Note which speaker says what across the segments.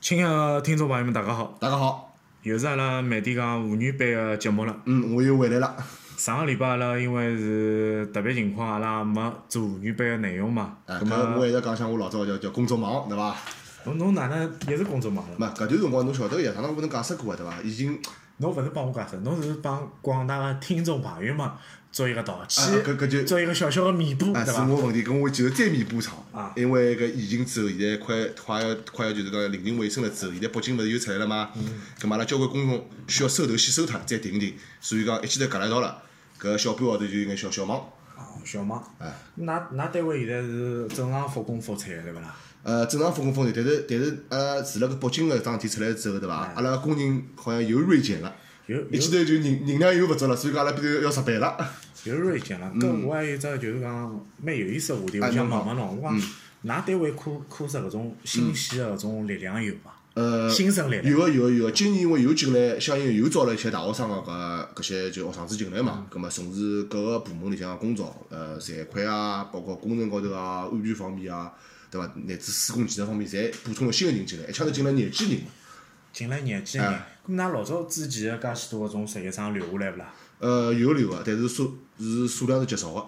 Speaker 1: 亲爱的听众朋友们，大家好！
Speaker 2: 大家好，
Speaker 1: 又是阿拉慢点讲妇女版的节目了。
Speaker 2: 嗯，我又回来了。
Speaker 1: 上个礼拜阿拉因为是特别情况，阿拉没做妇女版的内容嘛。
Speaker 2: 哎，
Speaker 1: 咁
Speaker 2: 搿我
Speaker 1: 么
Speaker 2: 一直讲像我老早叫叫工作忙，对伐？
Speaker 1: 侬侬哪能一直工作忙了？
Speaker 2: 没，搿段辰光侬晓得个呀，上趟我跟侬解释过个对伐？已经，
Speaker 1: 侬勿是帮我解释，侬是帮广大的听众朋友们做一个道歉
Speaker 2: 啊，搿搿就
Speaker 1: 做一个小小的弥补，
Speaker 2: 哎，
Speaker 1: 对
Speaker 2: 是
Speaker 1: 伐？
Speaker 2: 我问题，跟我就是再弥补偿
Speaker 1: 啊。
Speaker 2: 因为搿疫情之后，现在快快要快要就是讲零零卫生了之后，现在北京勿是又出来了吗？
Speaker 1: 嗯
Speaker 2: 搿嘛阿拉交关公众需要收头先收脱，再停一停。所以讲一记头夹辣一道了，搿小半号头就有眼小小忙。
Speaker 1: 哦，小忙。
Speaker 2: 哎
Speaker 1: 㑚㑚单位现在是正常复工复产的，对勿啦？
Speaker 2: 呃，正常复工复产，但是但是阿拉除了搿北京个桩事体出来之后，对伐？
Speaker 1: 哎
Speaker 2: 阿拉工人好像又锐减了。
Speaker 1: 有
Speaker 2: 一
Speaker 1: 有
Speaker 2: 记头就人人量又勿足了，所以讲阿拉变头要十班了。
Speaker 1: 有锐减了。搿我还有一只就是讲蛮有意思个话题，我
Speaker 2: 嗯哎
Speaker 1: 想
Speaker 2: 侬
Speaker 1: 问
Speaker 2: 好
Speaker 1: 问侬，我讲㑚单位科科室搿种新鲜个搿种力量有伐？
Speaker 2: 呃，
Speaker 1: 新生力量。
Speaker 2: 有个有个有个，今年因为又进来，相应又招了一些大学生个搿搿些就学生子进来嘛，葛末从事各个部门里向个工作，呃，财会啊，包括工程高头啊，安全方面啊，对伐？乃至施工技术方面，侪补充了新个人进来，一枪头进来廿几人。
Speaker 1: 进来廿几个
Speaker 2: 哎
Speaker 1: 人，咁㑚老早之前个介许多搿种实习生留下来勿啦？
Speaker 2: 呃，有留个，但是数是数量是极少个。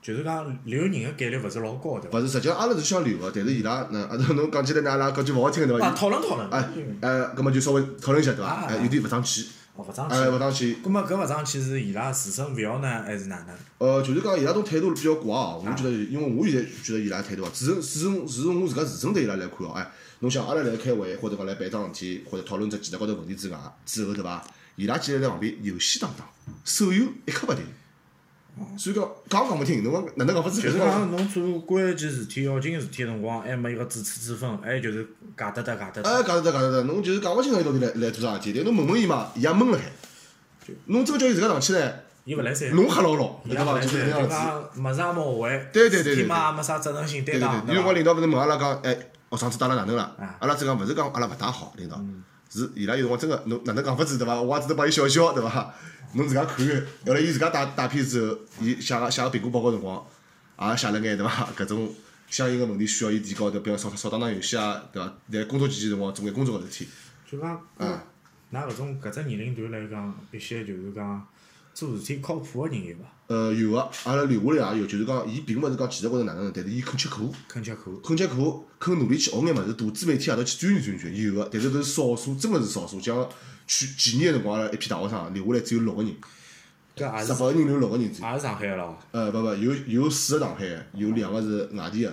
Speaker 1: 就是讲留人个概率勿是老高，对伐？
Speaker 2: 勿是，实际上阿拉是想留个，但是伊拉呢，阿头侬讲起来呢，阿拉讲句勿好听个对伐？
Speaker 1: 啊，讨论讨论，
Speaker 2: 哎呃，葛末就稍微讨论一下对伐？
Speaker 1: 啊
Speaker 2: 哎，有点勿上去，
Speaker 1: 哦，勿争气。
Speaker 2: 哎，勿上去。
Speaker 1: 咁么搿勿上去是伊拉自身勿要呢，还是哪能？
Speaker 2: 呃，就是讲伊拉种态度比较怪
Speaker 1: 啊
Speaker 2: 哦，我觉得，因为我现在觉得伊拉态度啊，自身自身自身我自家自身对伊拉来看哦，哎，侬想阿拉来开会或者讲来办桩事体，或者讨论只技术高头问题之外之后，对伐？伊拉竟然在旁边游戏当当，手游一刻勿停，所以讲讲讲勿听，侬讲哪能讲法子？
Speaker 1: 哦就是讲侬做关键事体、要紧个事体个辰光，还没一个主次之分，还就是尬得得尬得得。
Speaker 2: 哎，讲得讲得的，侬就是讲勿清爽伊到底来来做啥事体，但侬问问伊嘛，伊也懵了海。侬真个叫伊自家上去呢，
Speaker 1: 伊勿来三，
Speaker 2: 侬吓牢牢，
Speaker 1: 伊
Speaker 2: 对
Speaker 1: 也勿
Speaker 2: 伐？
Speaker 1: 来
Speaker 2: 就是
Speaker 1: 三，就
Speaker 2: 搿能样子。
Speaker 1: 讲没啥么学会，
Speaker 2: 对对对对
Speaker 1: 事体嘛也没啥责任心担啊
Speaker 2: 对对
Speaker 1: 当，
Speaker 2: 对，有辰光
Speaker 1: 伐？
Speaker 2: 领导勿是问阿拉讲，哎，学生子带阿拉哪能啦
Speaker 1: 啊？
Speaker 2: 阿拉只讲勿是讲阿拉勿带好，领导，是伊拉有辰光真个侬哪能讲法子对伐？我也只能帮伊笑笑对伐？侬自家看，后来伊自家带带片之后，伊写个写个评估报告辰光，也写了眼对伐？搿种相应个问题需要伊提高的，比方少少打打游戏啊，对伐？在工作期间辰光做眼工作个事体，
Speaker 1: 就讲，
Speaker 2: 嗯
Speaker 1: 㑚搿种搿只年龄段来讲，必须就是讲做事体靠谱个人有伐？
Speaker 2: 呃，有个阿拉留下来也有，就是讲伊并勿是讲技术高头哪能，但是伊肯吃苦。
Speaker 1: 肯吃苦。
Speaker 2: 肯吃苦，肯努力去学眼物事，大致每天夜到去钻研钻研，有个，但是搿是少数，真个是少数。像去前年个辰光，阿拉一批大学生留下来只有六个人，
Speaker 1: 搿也
Speaker 2: 十
Speaker 1: 是
Speaker 2: 八个人留六个人只有。
Speaker 1: 也是上海个咯。
Speaker 2: 呃，不不，有有四个上海个，有两个是外地个。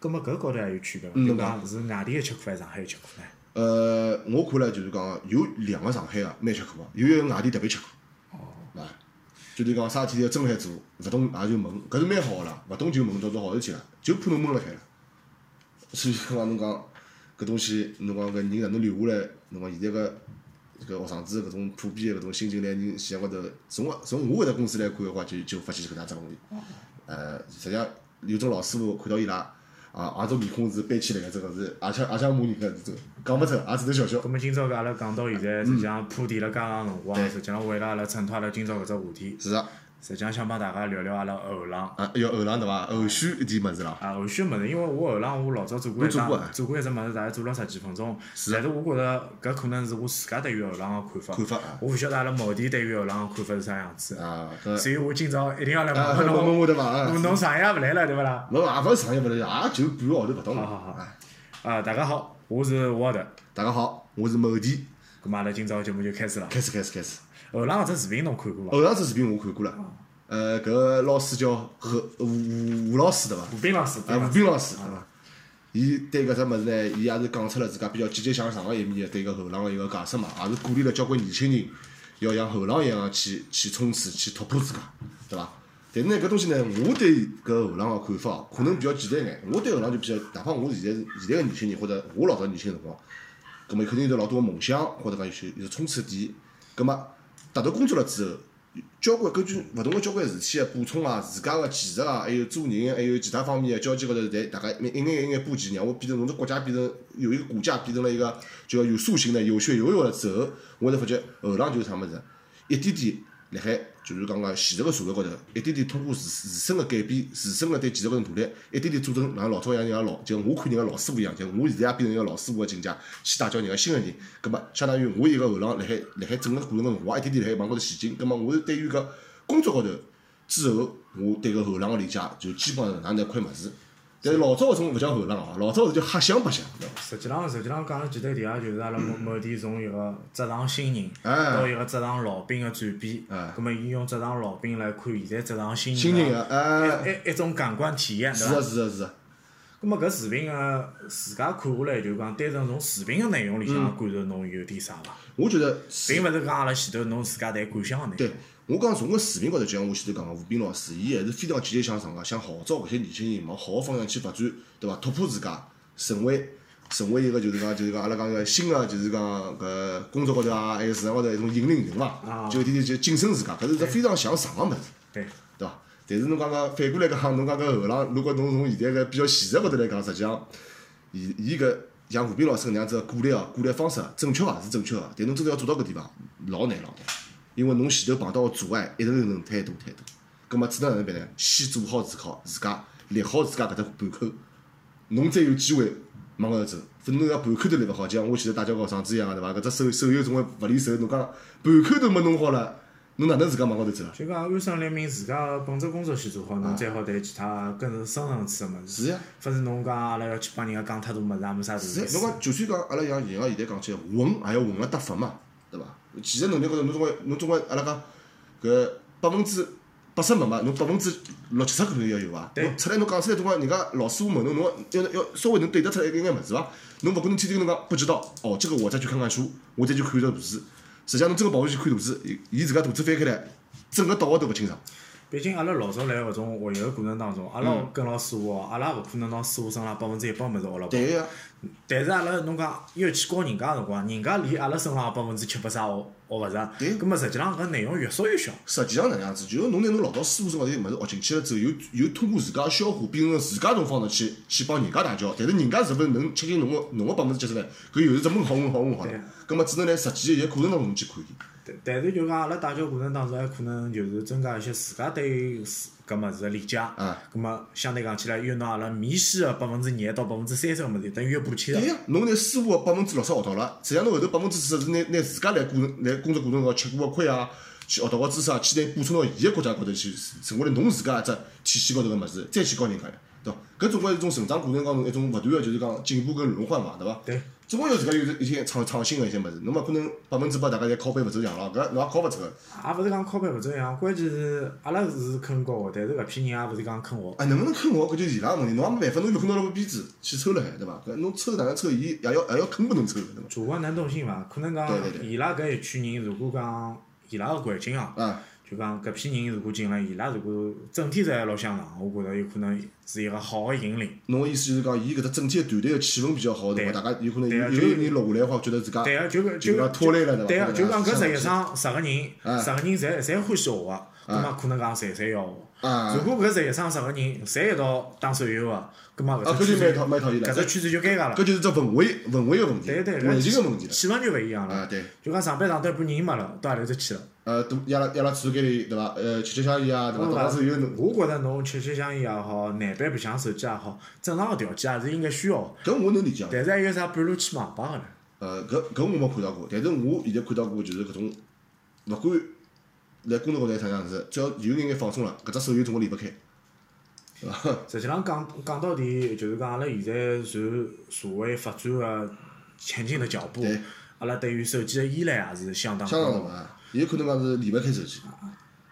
Speaker 1: 葛末搿高头也有区别伐？
Speaker 2: 嗯
Speaker 1: 就讲是外地个吃苦还是上海个吃苦呢？
Speaker 2: 呃，我看来就是讲有两个上海个蛮吃苦个，有一个外地特别吃苦。哦。啊，就是讲啥事体要真海做，勿懂也就问，搿是蛮好个啦，勿懂就问，叫做好事体啦，就怕侬闷辣海了。所以讲侬讲搿东西，侬讲搿人哪能留下来？侬讲现在搿搿学生子搿种普遍搿种心情来人现象高头，从我从我搿搭公司来看个话，就就发现搿能介只问题。呃，实际上有种老师傅看到伊拉。啊，阿种面孔是背起来个，真个是，也像也像骂人个，这个讲勿出，也只能笑笑
Speaker 1: 葛。末今朝搿阿拉讲到现
Speaker 2: 嗯
Speaker 1: 在，实际上铺垫了介长辰光，实际上为了阿拉衬托阿拉今朝搿只话题，
Speaker 2: 是啊，
Speaker 1: 实际上想帮大家聊聊阿拉后浪。
Speaker 2: 啊，要后浪对伐？后续一点物事啦。
Speaker 1: 啊，后续物事，因为我后浪我老早做过一
Speaker 2: 侬做过
Speaker 1: 桩
Speaker 2: 啊
Speaker 1: 做过一只物事，大概做了十几分钟。但是我觉着搿可能是我自家对于后浪个看法。
Speaker 2: 看法啊
Speaker 1: 我勿晓得阿拉毛弟对于后浪个看法是啥样子，
Speaker 2: 啊，搿
Speaker 1: 所以我今朝一定要来
Speaker 2: 啊，
Speaker 1: 问
Speaker 2: 搿
Speaker 1: 问
Speaker 2: 问
Speaker 1: 侬，
Speaker 2: 问我对伐？啊，
Speaker 1: 侬上夜勿来了对勿啦？
Speaker 2: 没也勿是上一勿来，也就半个号头勿到
Speaker 1: 好好好
Speaker 2: 嘛。啊，
Speaker 1: 啊，大家好，我是沃德，
Speaker 2: 大家好，我是某弟，
Speaker 1: 咁嘛阿拉今朝节目就开始了。
Speaker 2: 开始开始开始。
Speaker 1: 后浪搿只视频侬看过伐？
Speaker 2: 后浪子视频我看过了，呃，搿个老师叫何吴吴吴老师对伐？
Speaker 1: 吴斌老师，对
Speaker 2: 啊，
Speaker 1: 伐
Speaker 2: 吴斌老师对伐？伊对搿只物事呢，伊也是讲出了自家比较积极向上个一面，对搿后浪个一个解释嘛，也是鼓励了交关年轻人要像后浪一样去去冲刺、去突破自家，对伐？但是呢，搿东西呢，我对搿后浪个看法哦可能比较简单眼。我对后浪就比较，哪怕我现在是现在个年轻人，或者我老早年轻个辰光，葛末肯定有老多个梦想，或者讲有些有冲刺点。葛末达到工作了之后，交关根据勿同个交关事体个补充啊，自家个技术啊，还有做人，还有其他方面个交际高头，侪大家一一眼一眼补齐，让我变成侬只国家变成有一个骨架变成了一个就哦要有塑形的、有血有肉了之后，我才发觉后浪就是啥物事，一点点辣海就是讲个现实个社会高头，一点点通过自自身个改变，自身个对技术个努力，一点点做成像老早一样人家老，就我看人家老师傅一样，就我现在也变成一个老师傅个境界，去带教人家新个人，葛末相当于我一个后浪辣海辣海整个过程中，我也一点点辣海往高头前进，葛末我是对于搿工作高头之后，我对搿后浪个理解就基本上哪能一块物事。但是老早搿种勿叫后浪哦，老早是叫瞎想白相，对伐？
Speaker 1: 实际浪实际浪讲了简单点啊，就是阿拉某
Speaker 2: 嗯
Speaker 1: 某天从一个职场新人
Speaker 2: 哎
Speaker 1: 到一个职场老兵个转变，
Speaker 2: 哎
Speaker 1: 咁么伊用职场老兵来看现在职场新
Speaker 2: 新人
Speaker 1: 人啊
Speaker 2: 个，
Speaker 1: 个
Speaker 2: 哎，
Speaker 1: 一一种感官体验，对
Speaker 2: 是啊
Speaker 1: 伐
Speaker 2: 个？是个是个，
Speaker 1: 咁么搿视频个自家看下来，就讲单纯从视频个内容里向感受侬有点啥伐？
Speaker 2: 我觉得是
Speaker 1: 并勿是讲阿拉前头侬自家侪感想个内
Speaker 2: 对
Speaker 1: 容，，
Speaker 2: 我讲从个视频高头，就像我前头讲个吴斌老师，伊还是非常积极向上个，想号召搿些年轻人往好个方向去发展，对伐？突破自家，成为成为一个就是讲就是讲阿拉讲个新个就是讲搿工作高头啊，还有市场高头一种引领人伐？
Speaker 1: 啊
Speaker 2: 就一点点就晋升自家，搿是一只非常向上个物事。
Speaker 1: 对，
Speaker 2: 对伐？但是侬讲讲反过来讲，侬讲搿后浪，如果侬从现在搿比较现实高头来讲，实际上，伊伊搿像吴斌老师搿能样子个鼓励哦，鼓励方式正确啊伐？是正确个，但侬真正要做到搿地方，老难老难，因为侬前头碰到个阻碍一层一层太多太多，葛末只能哪能办呢？先做好自靠自家，立好自家搿只盘口，侬再有机会往后头走。否则侬要盘口都立勿好，就像我前头打交关学生子一样个对伐？搿只手手游总归勿离手，侬讲盘口都没弄好了，侬哪能自家往高头走啊？
Speaker 1: 就讲安身立命，自家个本职工作先做好，侬再好谈其他更深层次个物事。
Speaker 2: 啊是呀、啊
Speaker 1: 勿是侬讲阿拉要去帮人家讲太多物事，也没啥大意
Speaker 2: 是，啊侬
Speaker 1: 思。
Speaker 2: 讲就算讲阿拉像人家现在讲起来混，也要混个搭法嘛，对伐？技术能力高头，侬总归侬总归阿拉讲搿百分之八十没嘛，侬百分之六七十肯定要有伐？
Speaker 1: 对
Speaker 2: 侬出来侬讲出来，总归人家老师傅问侬，侬要要稍微能对得出来一眼物事伐？侬勿可能天天跟侬讲不知道，哦，这个我再去看看书，我再去看个图纸。实际上侬真个跑回去看图纸，伊伊自家图纸翻开来，整个道理都勿清爽。
Speaker 1: 毕竟阿拉老早辣搿种学习个过程当中，阿拉
Speaker 2: 嗯
Speaker 1: 跟牢师傅学，阿拉也勿可能拿师傅身浪百分之一百物事学了吧？
Speaker 2: 对呀、
Speaker 1: 但是阿拉侬讲要去教人家个辰光，人家连阿拉身浪百分之七八十也学学勿着。
Speaker 2: 对
Speaker 1: 咁么实际浪搿内容越少越小。
Speaker 2: 实际上哪能样子，就是侬拿侬老早师傅身高头有物事学进去了之后，有有通过自家消化，变成自家种方式去去帮人家打交道，但是人家是勿是能吃进侬个侬个百分之七十呢？搿又是只问号问号问号了
Speaker 1: 对。
Speaker 2: 葛末只能来实际个伊个过程当中去看伊。
Speaker 1: 但但是就讲阿拉打交过程当中，还可能就是增加一些自家对自搿物事个理解。
Speaker 2: 啊。
Speaker 1: 咁么相对讲起来，又拿阿拉迷失个百分之廿到百分之三十个物事，等于又补齐了
Speaker 2: 对。哎呀，侬拿师傅个百分之六十学到了，实际上侬后头百分之四十是拿拿自家来过程来工作过程中吃过个亏啊，去学到个知识啊，去拿补充到伊个国家高头去，成为了侬自家一只体系高头个物事，再去教人家呀，对伐？搿总归是一种成长过程当中一种勿断个就是讲进步跟轮换嘛，对伐？
Speaker 1: 对。
Speaker 2: 总归有自家有一些创创新个一些物事，侬勿可能百分之百大家侪拷贝勿走样了，搿侬也拷勿出个。
Speaker 1: 也勿是讲拷贝勿走样，关键是阿拉是肯教个，但是搿批人也勿是讲肯学。
Speaker 2: 啊，能不能啃我，搿就是伊拉个问题，侬也没办法，侬有可能拿了把鞭子去抽了海，对伐？搿侬抽哪能抽，伊也要也要啃拨侬抽个，对伐？
Speaker 1: 主观能动性伐，可能讲
Speaker 2: 对对对
Speaker 1: 伊拉搿一群人，如果讲伊拉个环境啊，
Speaker 2: 啊，
Speaker 1: 就讲搿批人如果进来，伊拉如果整体侪还老向上，我觉着有可能是一个好个引领。
Speaker 2: 侬个意思就是讲，伊搿只整体个团队个气氛比较好，对伐？
Speaker 1: 对
Speaker 2: 大家有可能有
Speaker 1: 对啊
Speaker 2: 有
Speaker 1: 就是
Speaker 2: 有人落下来的话，觉得自家
Speaker 1: 对啊个，就搿就
Speaker 2: 就讲
Speaker 1: 搿
Speaker 2: 啊拖累了，
Speaker 1: 对
Speaker 2: 伐？
Speaker 1: 个，
Speaker 2: 可能
Speaker 1: 就讲搿实
Speaker 2: 上
Speaker 1: 际
Speaker 2: 去
Speaker 1: 上十个人，
Speaker 2: 啊
Speaker 1: 十个人侪侪欢喜学个，
Speaker 2: 嗯
Speaker 1: 葛末可能讲侪侪要学。
Speaker 2: 啊，
Speaker 1: 如果搿实际上十个人侪一道打手游个，葛末
Speaker 2: 啊，
Speaker 1: 搿
Speaker 2: 搿
Speaker 1: 只
Speaker 2: 就
Speaker 1: 圈
Speaker 2: 蛮
Speaker 1: 子
Speaker 2: 讨蛮讨厌了
Speaker 1: 搿，只圈子就尴尬了
Speaker 2: 搿。就是只氛围氛围个问题，
Speaker 1: 对对，
Speaker 2: 环境个问题了。
Speaker 1: 气氛就勿一样了。
Speaker 2: 啊，对，
Speaker 1: 就讲上班上头一半人没了，到阿里头去了。
Speaker 2: 呃，都伊拉伊拉厕所间里对伐？呃，吃吃香烟啊，对伐？
Speaker 1: 嗯
Speaker 2: 到处有侬。
Speaker 1: 我觉着侬吃吃香烟也好，难办白相手机也好，正常个条件也是应该需要的。
Speaker 2: 搿我能理解，
Speaker 1: 但是还有啥半路去网吧个呢？
Speaker 2: 呃，搿搿我没看到过，但是我现在看到过就是搿种，勿管辣工作高头啥样子，只要有眼眼放松了，搿只手游总归离勿开，对伐？
Speaker 1: 实际上讲讲到底，就是讲阿拉现在随社会发展个前进的脚步
Speaker 2: 对，
Speaker 1: 阿拉对于手机的依赖也是相当
Speaker 2: 相当
Speaker 1: 高
Speaker 2: 懂
Speaker 1: 的。
Speaker 2: 啊，有可能讲是离勿开手机，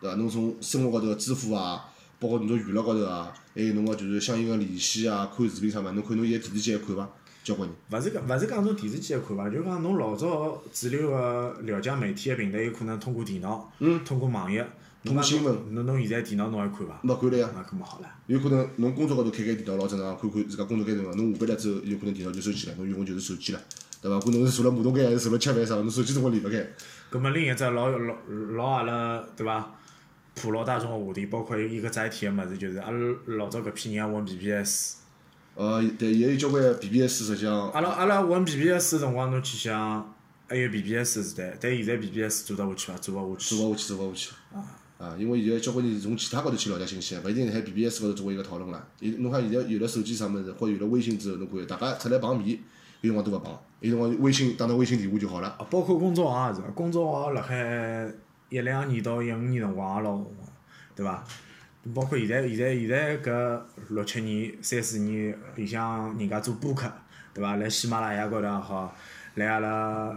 Speaker 2: 对伐？侬从生活高头个支付啊，包括侬从娱乐高头啊，还有侬个就是相应个联系啊，看视频啥物事，侬看侬现在电视机还看伐？交关人，
Speaker 1: 勿是讲勿是讲从电视机来看伐，就讲侬老早主流个了解媒体个平台，有可能通过电脑，通过网页，
Speaker 2: 嗯通过新闻
Speaker 1: 侬侬现在电脑侬还看伐？
Speaker 2: 没看了呀。
Speaker 1: 啊，搿么好了。
Speaker 2: 有可能侬工作高头开开电脑老正常，啊看看自家工作该怎么样。侬下班了之后，有可能电脑就收起来，侬用的就是手机了，对伐？可能是坐辣马桶间还是坐辣吃饭啥，侬手机总归离勿开。
Speaker 1: 咁么另一只老老老阿拉对伐？普罗大众个话题，包括一个载体个物事，就是阿拉老早搿批人也玩 BBS。
Speaker 2: 呃，对，现在有交关 BBS 实际上
Speaker 1: 阿拉阿拉玩 BBS 个辰光，侬去想，还有 BBS 时代，但现在 BBS 做得下去伐？做勿下去。
Speaker 2: 做勿下去，做勿下去。啊，因为现在交关人从其他高头去了解信息，勿一定还 BBS 高头作为一个讨论啦。伊侬看现在有了手机啥物事，或者有了微信之后，侬看大家出来碰面，有辰光都勿碰，有辰光微信打到微信电话就好了。
Speaker 1: 啊，包括公众号也是，公众号辣海一两年到一五年辰光也老红个，对伐？包括现在现在现在搿六七年、三四年里向人家做播客，对伐？来喜马拉雅高头也好，来阿拉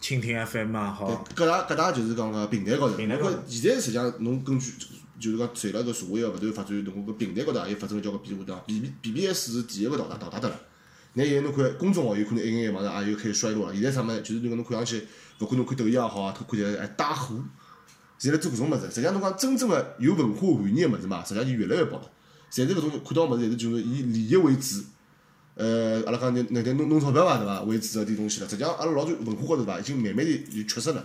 Speaker 1: 蜻蜓 FM 也好，
Speaker 2: 搿搭搿搭就是讲个平台高头，
Speaker 1: 平台高头
Speaker 2: 嗯因为现在实际上侬根据就是讲随了搿社会个勿断发展，侬搿平台高头也啊发生了交关变化，对伐？B B B B S 是第一个淘汰淘汰脱了。那现在侬看公众号有可能一眼眼往上也有开始衰落了。现在啥物事就是侬侬看上去，勿管侬看抖音也好啊，看看起来哎带货，现在做搿种物事。实际上侬讲真正个有文化含义个物事嘛，实际上就越来越薄了。现在搿种看到个物事，侪是就是以利益为主。呃，阿拉讲就那点弄弄钞票啊嘛，对伐？为主要点东西了。实际上，阿拉老早文化高头伐，已经慢慢地就缺失了。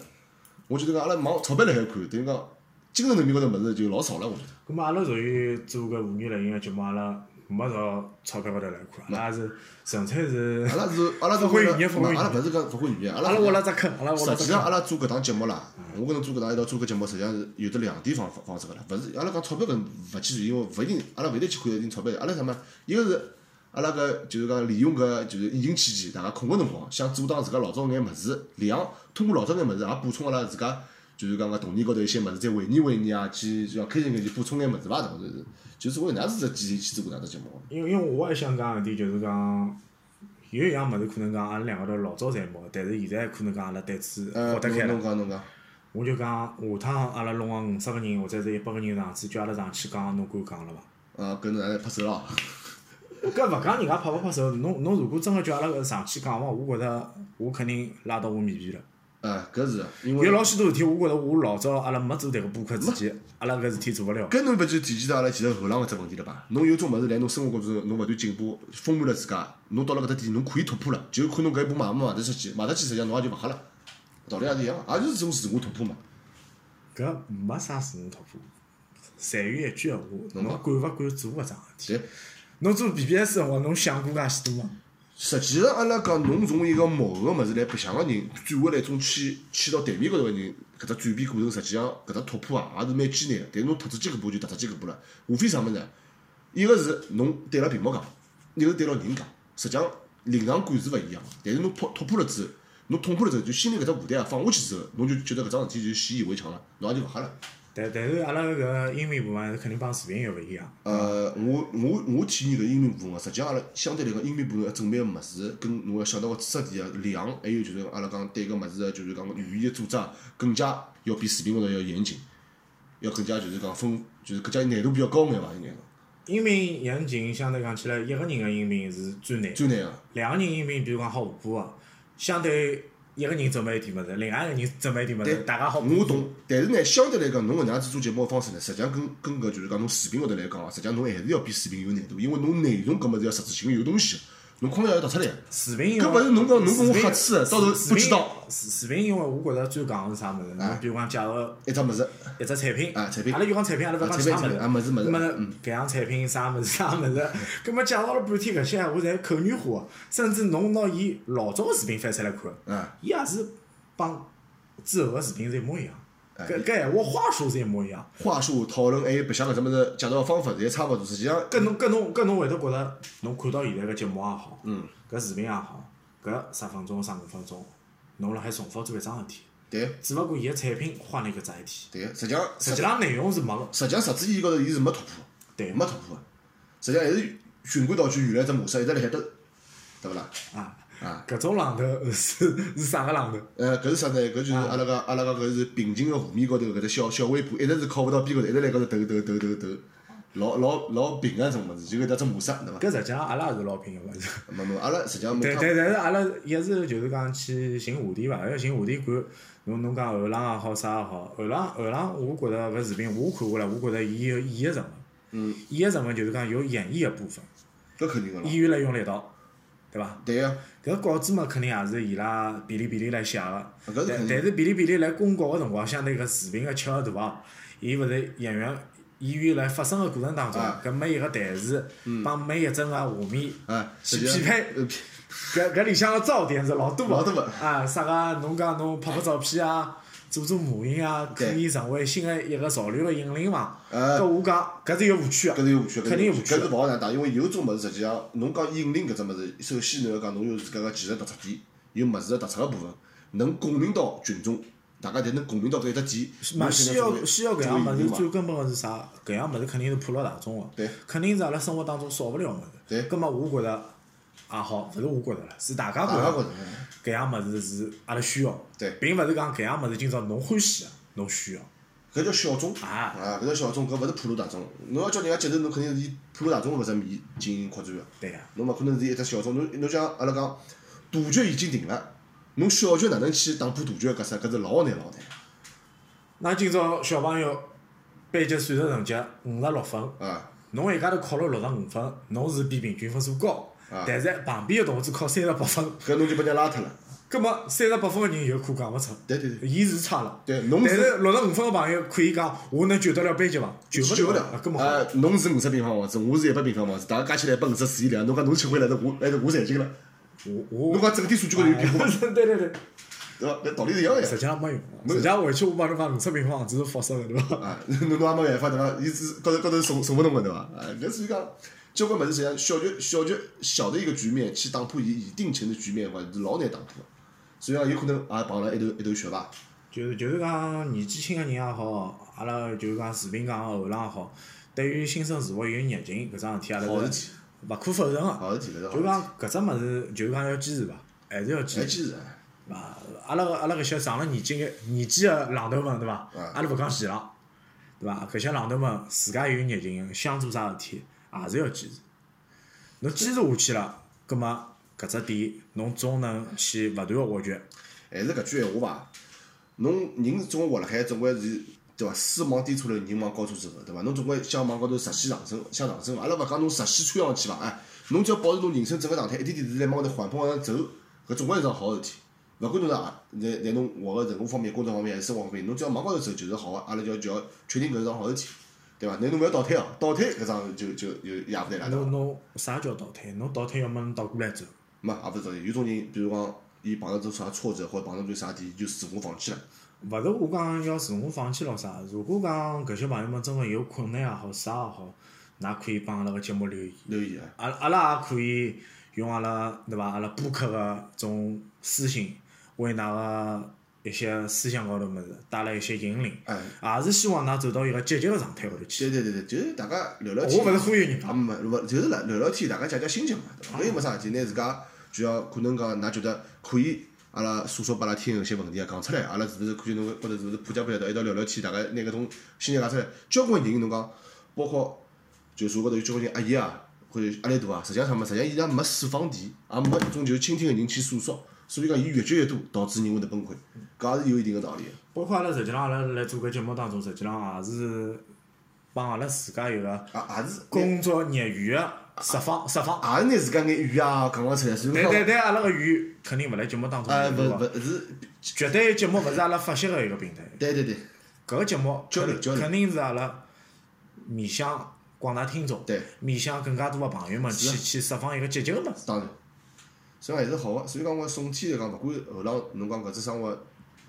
Speaker 2: 我觉得讲阿拉往钞票辣海看，等于讲精神层面高头物事就老少了，我觉得。
Speaker 1: 葛末阿拉属于做搿妇女类型个节目，阿拉没朝钞票高头来看，阿拉是纯粹是
Speaker 2: 阿拉是阿拉是
Speaker 1: 发挥
Speaker 2: 为了
Speaker 1: 语言发挥
Speaker 2: 没
Speaker 1: 语
Speaker 2: 阿拉
Speaker 1: 言
Speaker 2: 勿是讲发挥语言，阿拉
Speaker 1: 阿拉挖了只坑，阿拉挖了
Speaker 2: 嗯实际
Speaker 1: 只
Speaker 2: 上，
Speaker 1: 坑。
Speaker 2: 阿拉做搿档节目啦，我跟侬做搿档一道做搿节目，实际上是有得两点方法方式个啦。勿是，阿拉讲钞票搿勿去算，因为勿一定，阿拉勿一定去看一定钞票。阿拉啥么？一个是阿拉搿就是讲利用搿就是疫情期间大家空个辰光，想做档自家老早眼物事，两通过老早眼物事也补充阿拉自家就是讲个童年高头一些物事，再回忆回忆啊，去就讲开心眼去补充眼物事伐，同是就是我哪是只建议去做搿能只节目。
Speaker 1: 因为因为我也想讲一点，就是讲有一样物事可能讲阿拉两个头老早侪没，但是现在可能讲阿拉对此
Speaker 2: 呃，
Speaker 1: 豁得开了
Speaker 2: 侬侬。讲侬讲，
Speaker 1: 我就讲下趟阿拉弄个五十个人或者是一百个人上去，叫阿拉上去讲，侬敢讲了伐？
Speaker 2: 呃，搿侬哪能拍手了？
Speaker 1: 搿勿讲人家拍勿拍手，侬侬如果真个叫阿拉上去讲嘛，我觉着我肯定拉到我面皮了。
Speaker 2: 呃，搿是因为
Speaker 1: 有。老许多事体，我觉着我老早阿拉没做迭个播客之前，阿拉搿事体做勿了。
Speaker 2: 搿侬勿就体现到阿拉其实后浪个只问题了吧？侬有种物事来侬生活高中，侬勿断进步，丰满了自家，侬到了搿搭点，侬可以突破了，就看侬搿一步卖没卖得出去，卖得去实际上侬也就勿吓了，道理也是一样，也就是种自我突破嘛。
Speaker 1: 搿没啥自我突破。侪有一句闲话，侬敢勿敢做搿桩事体？
Speaker 2: 对，
Speaker 1: 侬做 BBS 辰光，侬想过介许多吗？
Speaker 2: 实际上阿拉讲，侬从一个模糊个物事来白相个人，转回来一种去去到台面高头个人，搿只转变过程，实际上搿只突破啊，也是蛮艰难个。但是侬踏出几个步就踏出几个步了，无非啥物事呢？一个是侬对牢屏幕讲，一个是对牢人讲，实际上临场感是勿一样个。但是侬突突破了之后，侬捅破了之后，就心里搿只负担啊放下去之后，侬就觉得搿桩事体就习以为常了，侬也就勿吓了。
Speaker 1: 但但是阿拉搿音频部分是肯定帮视频又勿一样。
Speaker 2: 呃，我我我体验搿音频部分啊，实际上阿拉相对来讲，音频部分要准备个物事，跟侬要想到个知识点个量，还有就是阿拉讲对搿物事个啊就是讲语言个组织啊，更加要比视频高头要严谨，要更加就是讲分，就是更加难度比较高眼伐，应该讲
Speaker 1: 音频严谨，相对讲起来，一个人的音频是最难的，
Speaker 2: 最难啊个。
Speaker 1: 两个人音频比如讲好互补个，相对一个人准备一点物事，另外一个人准备一点物事，大家好互补。
Speaker 2: 我懂，但是呢，相对来讲，侬搿能样子做节目个方式呢，实际上跟跟搿就是讲侬视频高头来讲啊，实际上侬还是要比视频有难度，因为侬内容搿物事要实质性有东西，侬空要要读出来。
Speaker 1: 视频因
Speaker 2: 搿勿是侬讲侬跟我
Speaker 1: 视频
Speaker 2: 瞎扯到时候
Speaker 1: 视
Speaker 2: 不知道啊
Speaker 1: 视视频因为我觉着最戆是啥物事？侬比如讲介绍
Speaker 2: 一只物事，
Speaker 1: 一只产品，
Speaker 2: 啊产品
Speaker 1: 阿拉就讲产品，阿拉勿讲
Speaker 2: 啊
Speaker 1: 其他
Speaker 2: 产品
Speaker 1: 物事，
Speaker 2: 产品啊物事物事
Speaker 1: 么搿样产品啥物事啥物
Speaker 2: 嗯
Speaker 1: 事，葛末介绍了半天搿些闲话侪口语化的，甚至侬拿伊老早个视频翻出来看，
Speaker 2: 啊。
Speaker 1: 伊也是帮之后个视频是一模一样，
Speaker 2: 啊
Speaker 1: 搿搿闲话话术是一模一样。
Speaker 2: 话术讨论，还有白相搿只物事介绍方法，侪差勿多。实际上，
Speaker 1: 搿侬搿侬搿侬会得觉着，侬看到现在个节目也好，
Speaker 2: 嗯
Speaker 1: 搿视频也好，搿十分钟、十五分钟，侬辣海重复做一桩事体，
Speaker 2: 对
Speaker 1: 只勿过伊个产品换了一个载体，
Speaker 2: 对，实际上
Speaker 1: 实
Speaker 2: 实
Speaker 1: 际
Speaker 2: 际
Speaker 1: 上内容是没个。
Speaker 2: 实际上实质意义高头，伊是没突破，
Speaker 1: 对
Speaker 2: 没突破的。实际上还是循规蹈矩原来只模式，一直辣海得，对勿啦？
Speaker 1: 啊
Speaker 2: 啊，
Speaker 1: 搿种浪头是是啥个浪头？
Speaker 2: 呃，搿是啥呢？搿就是阿拉讲，阿拉讲搿是平静个湖面高头搿只小小微波，一直是靠勿到边高头，一直辣高头抖抖抖抖抖，老老老平个种物事，就搿搭只模式，对伐？
Speaker 1: 搿实际上阿拉也是老拼个，勿是？
Speaker 2: 没没，阿拉实际上每
Speaker 1: 但
Speaker 2: 趟
Speaker 1: 但但是阿拉一直就是讲去寻话题伐，要寻话题感。侬侬讲后浪也好，啥也好，后浪后浪，我觉着搿视频我看下来，我觉着伊有伊个成分。嗯。伊个成分就是讲有演绎个部分，
Speaker 2: 搿肯定个啦。
Speaker 1: 演员来用了一道，对伐？
Speaker 2: 对呀，
Speaker 1: 搿稿子嘛，肯定也是伊拉哔哩哔哩来写个。
Speaker 2: 搿
Speaker 1: 但
Speaker 2: 是肯定
Speaker 1: 但是哔哩哔哩来公告个辰光，相对搿视频个切合度啊，伊勿是演员演员来发声个过程当中
Speaker 2: 啊，
Speaker 1: 搿每一个台词帮每一帧个画面
Speaker 2: 啊，
Speaker 1: 去
Speaker 2: 实际上
Speaker 1: 匹配，
Speaker 2: 呃
Speaker 1: 搿搿里向个噪点是老多
Speaker 2: 老
Speaker 1: 个。
Speaker 2: 多个
Speaker 1: 啊，啥个侬讲侬拍拍照片啊，做做母婴啊，可以成为新的一个潮流的引领嘛。
Speaker 2: 呃
Speaker 1: 搿我讲，搿是有误区啊
Speaker 2: 搿
Speaker 1: 个。
Speaker 2: 是有误区，
Speaker 1: 肯定有误区
Speaker 2: 搿是勿好难打，因为有种物事实际上，侬讲引领搿只物事，首先侬要讲侬有自家个技术特色点，有物事个特色个部分，能共鸣到群众，大家侪能共鸣到搿一只点。
Speaker 1: 嘛，
Speaker 2: 侬才
Speaker 1: 先
Speaker 2: 能
Speaker 1: 要
Speaker 2: 作为
Speaker 1: 先要搿
Speaker 2: 作为
Speaker 1: 样物
Speaker 2: 引
Speaker 1: 事，
Speaker 2: 领嘛
Speaker 1: 最根本个是啥？搿样物事肯定是普罗大众个
Speaker 2: 对，
Speaker 1: 肯定是阿拉生活当中少勿了个物事。
Speaker 2: 对
Speaker 1: 葛末我觉着也好，勿是我觉着了，是大家觉
Speaker 2: 大家觉
Speaker 1: 着
Speaker 2: 着，
Speaker 1: 搿样物事是阿拉需要，
Speaker 2: 对
Speaker 1: 并勿是讲搿样物事今朝侬欢喜个，侬需要。
Speaker 2: 搿叫小众
Speaker 1: 啊
Speaker 2: 啊，搿叫小众，搿勿是普罗大众。侬要叫人家接受，侬肯定是以普罗大众搿只面进行扩展个。啊
Speaker 1: 对呀、
Speaker 2: 侬勿可能是一只小众，侬侬像阿拉讲，大局已经定了，侬小局哪能去打破大局搿啥？搿是老难老难。
Speaker 1: 那今朝小朋友班级算术成绩五十六分，
Speaker 2: 啊，
Speaker 1: 侬一家头考了六十五分，侬是比平均分数高，
Speaker 2: 啊
Speaker 1: 但是旁边个同学只考三十八分，
Speaker 2: 搿侬就把人家拉脱了。
Speaker 1: 葛末三十八分个人有可讲勿出，
Speaker 2: 对对对。
Speaker 1: 伊是差了。
Speaker 2: 对侬
Speaker 1: 但
Speaker 2: 是
Speaker 1: 是六十五分个朋友可以讲，我能救得了班级伐？救
Speaker 2: 就
Speaker 1: 勿
Speaker 2: 勿
Speaker 1: 了
Speaker 2: 了
Speaker 1: 啊，搿么好。
Speaker 2: 呃，侬是五十平方房子，我是一百平方房子，大家加起来一百五十四亿两，侬讲侬吃亏了，那我还是我赚进了。
Speaker 1: 我我
Speaker 2: 侬讲整体数据高头有变 化，
Speaker 1: 对对对，
Speaker 2: 对伐？搿道理是一样个呀
Speaker 1: 实。际上没用。实际上回去我帮侬讲，五十平方房子是复式个对伐？
Speaker 2: 啊， 侬侬也没办法对伐？伊是高头高头送送勿侬个对伐？啊，搿所以讲，交关物事实际上小局小局小的一个局面去打破已已定成的局面，话是老难打破的。所以讲，有可能也啊碰了一头一头血吧。
Speaker 1: 就是就是讲年纪轻个人也好，阿拉就是讲视频讲个后浪也好，对于新生事物有热情搿桩事体，阿
Speaker 2: 好
Speaker 1: 拉是
Speaker 2: 事体
Speaker 1: 勿可否认个。
Speaker 2: 好事体，搿是好
Speaker 1: 就
Speaker 2: 事
Speaker 1: 是
Speaker 2: 体。
Speaker 1: 讲搿只物事，就是讲要坚持伐，还是要坚
Speaker 2: 还哎
Speaker 1: 持。
Speaker 2: 坚持，
Speaker 1: 啊，阿拉个阿拉搿些上了年纪个年纪个浪头们，对伐？
Speaker 2: 嗯
Speaker 1: 阿拉勿讲前浪，对伐？搿些浪头们自家有热情，想做啥事体，也是要坚持。侬坚持下去了，葛末搿只点侬总能去勿断个挖掘。
Speaker 2: 还是搿句闲话伐？侬人总活辣海，总归是对伐？水往低处流，人往高处走，对伐？侬总归想往高头直线上升，向上升。阿拉勿讲侬直线窜上去伐？哎，侬只要保持侬人生整个状态，一点点是在往高头缓步往上走，搿总归是桩好事体。勿管侬是啊，在在侬活个任何方面、工作方面还是生活方面，侬只要往高头走就是好个。阿拉就要就要确定搿是桩好事体，对伐？那侬勿要倒退哦，倒退搿桩就就就也勿对啦。对伐
Speaker 1: 侬侬啥叫倒退？侬倒退要么侬倒过来走，
Speaker 2: 没，也勿是倒退。有种人，比如讲，伊碰到种啥挫折或者碰到种啥点，就自我放弃了。
Speaker 1: 勿是我讲要自我放弃咯啥。如果讲搿些朋友们真个有困难也好，啥也好，㑚可以帮阿拉个节目留言。
Speaker 2: 留言啊。
Speaker 1: 阿拉阿拉也可以用阿拉对伐？阿拉播客个种私信，为㑚个一些思想高头物事带来一些引领，
Speaker 2: 哎，
Speaker 1: 也是希望㑚走到一个积极个状态高头去。
Speaker 2: 对对对对，就是大家聊聊
Speaker 1: 我
Speaker 2: 天。
Speaker 1: 勿是忽悠人
Speaker 2: 啊，
Speaker 1: 家，
Speaker 2: 没勿就是聊聊聊天，大家解解心情嘛，对伐？搿又没啥事体，拿自家就像可能讲，㑚觉得可以，阿拉诉说拨阿拉听有些问题啊，讲出来，阿拉是勿是可以侬觉着是勿是普及普及到一道聊聊天，大家拿搿种心情讲出来。交关人侬讲，包括就社会高头有交关人压抑啊，或者压力大啊，实际上啥么？实际上伊拉没释放点，也没一种就是倾听个人去诉说，所以讲伊越积越多，导致人会得崩溃，搿也是有一定个道理个。
Speaker 1: 包括阿拉实际上阿拉来做搿节目当中，实际上也是帮阿拉自家有个
Speaker 2: 啊，也是拿，
Speaker 1: 工作业余个释放释放。
Speaker 2: 也是拿自家眼语啊讲讲出来，所以
Speaker 1: 但
Speaker 2: 讲
Speaker 1: 但但阿拉个哎语肯定勿来节目当中
Speaker 2: 呃，
Speaker 1: 有，对
Speaker 2: 勿
Speaker 1: 伐？
Speaker 2: 勿是，
Speaker 1: 绝对节目勿是阿拉发泄个一个平台，
Speaker 2: 对对对
Speaker 1: 搿个节目
Speaker 2: 交流
Speaker 1: 肯
Speaker 2: 交流
Speaker 1: 肯定是阿拉面向广大听众。
Speaker 2: 对，
Speaker 1: 面向更加多个朋友们去
Speaker 2: 是啊
Speaker 1: 去释放一个积极个物事。
Speaker 2: 当然，所以讲还是好啊个。所以讲我总体来讲，勿管后浪侬讲搿只生活，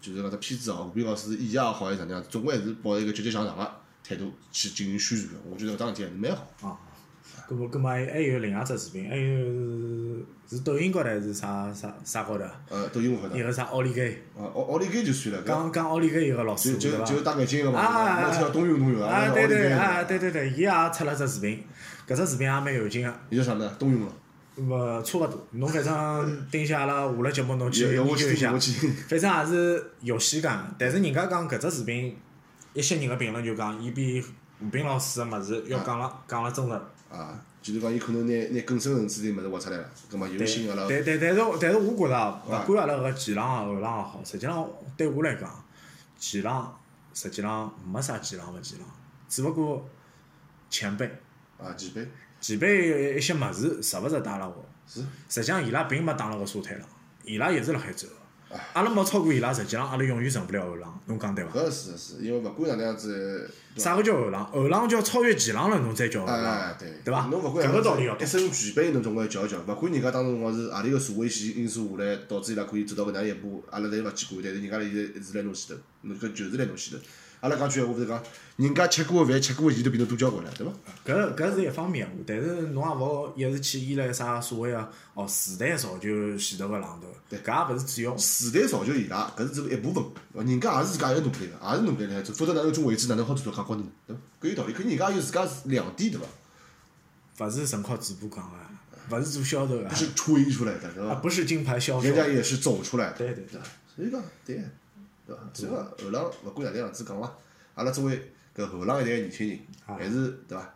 Speaker 2: 就是讲只片子哦，何必讲是意义也好还是哪能样，总归还是抱着一个积极向上个态度去进行宣传个。我觉得搿桩事体还是蛮好。
Speaker 1: 啊，搿么搿么还还有另外只视频，还有是是抖音高头还是啥啥啥高头啊？
Speaker 2: 呃，抖音我晓
Speaker 1: 一
Speaker 2: 得，
Speaker 1: 个啥奥利给，
Speaker 2: 啊，奥奥利给就算了，搿
Speaker 1: 讲讲奥利给一个老师
Speaker 2: 就
Speaker 1: 傅对
Speaker 2: 就就
Speaker 1: 伐？
Speaker 2: 戴眼镜个
Speaker 1: 啊啊
Speaker 2: 嘛，
Speaker 1: 啊
Speaker 2: 我听到冬泳冬泳啊，
Speaker 1: 啊
Speaker 2: 我
Speaker 1: 对
Speaker 2: 讲奥利
Speaker 1: 对
Speaker 2: 给
Speaker 1: 啊
Speaker 2: 个，
Speaker 1: 对对对，伊也出了只视频，搿只视频也蛮有劲个，
Speaker 2: 伊叫啥么子？冬泳了，
Speaker 1: 勿差勿多。侬反 正盯下阿拉下了节目侬去
Speaker 2: 要要
Speaker 1: 研
Speaker 2: 我
Speaker 1: 究
Speaker 2: 去
Speaker 1: 一
Speaker 2: 听，
Speaker 1: 下
Speaker 2: 我，去听。
Speaker 1: 反正也是有喜感。但是人家讲搿只视频，一些人个评论就讲，伊比吴斌老师个物事要讲了讲了真实。
Speaker 2: 啊，就是讲伊可能拿拿更深层次的物事挖出来了，葛末有啊
Speaker 1: 对
Speaker 2: 心阿拉
Speaker 1: 但但但是但是我觉着啊，勿管阿拉个前浪也后浪也好，实际上对我来讲，前浪实际上没啥前浪勿前浪，只勿过前辈
Speaker 2: 啊几倍
Speaker 1: 前辈有一些物事值勿值带了我，
Speaker 2: 是。
Speaker 1: 实际上伊拉并没打了个沙滩浪，伊拉一直辣海走，阿拉没超过伊拉，实际上阿拉永远成不了后浪，侬讲对伐？
Speaker 2: 搿是是，因为勿管哪能样子，对伐
Speaker 1: 啥个叫后浪？后浪就要超越前浪了，侬再叫后浪。
Speaker 2: 哎，对，
Speaker 1: 啊对伐
Speaker 2: 侬勿管
Speaker 1: 搿个道理要啊
Speaker 2: 一身具备，侬总归要瞧一瞧。勿管人家当时辰光是何里个社会性因素下来，导致伊拉可以走到搿能样一步，阿拉侪勿去管，但是人家现在是来侬前头，侬搿就是来侬前头。阿拉讲句闲话勿是讲，人家吃过个饭，吃过个盐都比侬多交关了，对伐？
Speaker 1: 搿搿是一方面话，但是侬也勿好一直去依赖啥所谓个哦时代造就前头个浪头，搿也勿是主要。
Speaker 2: 时代造就伊拉，搿是只一部分。人家也是自家有努力个，也是努力来做，否则哪能种位置哪能好做到讲高头呢？对伐？搿有道理，搿人家有自家亮点，对伐？
Speaker 1: 勿是纯靠嘴巴讲个，勿是做销售个，
Speaker 2: 是吹出来的，对伐？
Speaker 1: 哎啊不是金牌销售
Speaker 2: 人。家也是走出来的。
Speaker 1: 对对对
Speaker 2: 吧所以讲对，对伐？所以讲后浪勿管哪能样子讲伐，阿拉作为搿后浪一代个年轻人，
Speaker 1: 啊
Speaker 2: 还是对伐？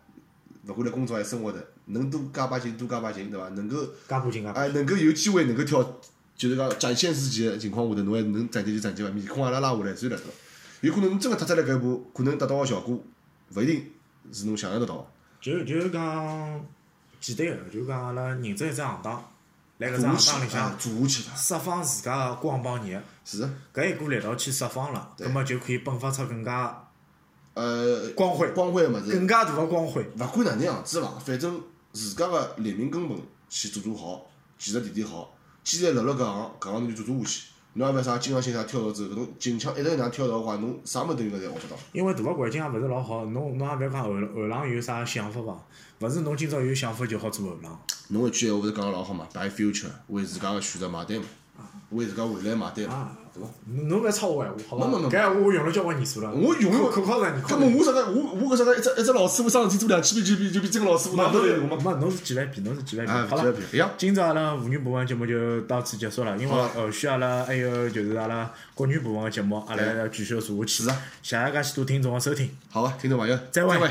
Speaker 2: 勿管辣工作还是生活头，能多加把劲，多加把劲，对伐？能够
Speaker 1: 加把劲啊加把
Speaker 2: 哎，能够有机会能够跳，就是讲展现自己个情况下头，侬还能展现就展现伐？面孔阿拉拉下来算了，对伐？有可能侬真个踏出来搿一步，可能达到个效果，勿一定是侬想象得到的。
Speaker 1: 就就讲简单个，就讲阿拉认准一只行当，来搿只
Speaker 2: 做
Speaker 1: 行当里
Speaker 2: 下去啊
Speaker 1: 向，
Speaker 2: 做下去伐？
Speaker 1: 释放自家个光帮热，
Speaker 2: 是啊，
Speaker 1: 搿一股力道去释放了，葛末就可以迸发出更加
Speaker 2: 呃，
Speaker 1: 光辉
Speaker 2: 光辉个物事，
Speaker 1: 更加大个光辉。
Speaker 2: 勿管哪能样子伐，反正自家个立命根本去做做好，技术提提好，既然辣辣搿行，搿行侬就做做下去。侬也勿要啥经常性啥跳槽走，搿种近腔一直能样跳槽个话，侬啥物事都应该侪学勿到。
Speaker 1: 因为大个环境也勿是老好，侬侬也勿要讲后后浪有啥想法伐？勿是侬今朝有想法就好做后浪。
Speaker 2: 侬一句闲话勿是讲个老好嘛，by future，为自家个选择买单嘛，为自家未来买单
Speaker 1: 啊
Speaker 2: 嘛，对伐？
Speaker 1: 侬侬勿要抄我闲话，好伐？
Speaker 2: 没没没
Speaker 1: 搿闲话我用了交关年数了。
Speaker 2: 我用了
Speaker 1: 可可靠着你靠
Speaker 2: 搿
Speaker 1: 着
Speaker 2: 么
Speaker 1: 你。
Speaker 2: 我啥个，我我搿啥个一只一只老师傅上天做两千遍就比就比真个老师傅哪能有嘛？
Speaker 1: 没，侬是几万遍，侬是几万遍。
Speaker 2: 哎，
Speaker 1: 好
Speaker 2: 勿
Speaker 1: 了
Speaker 2: 要。一样。
Speaker 1: 今朝阿拉妇女部分节目就到此结束了，因为
Speaker 2: 好了
Speaker 1: 后续阿拉还有就是阿拉国语部分的节目，阿拉
Speaker 2: 对
Speaker 1: 要继续做下去。
Speaker 2: 是啊
Speaker 1: 谢谢介许多听众的收听。
Speaker 2: 好啊，听众朋友，
Speaker 1: 再会
Speaker 2: 会。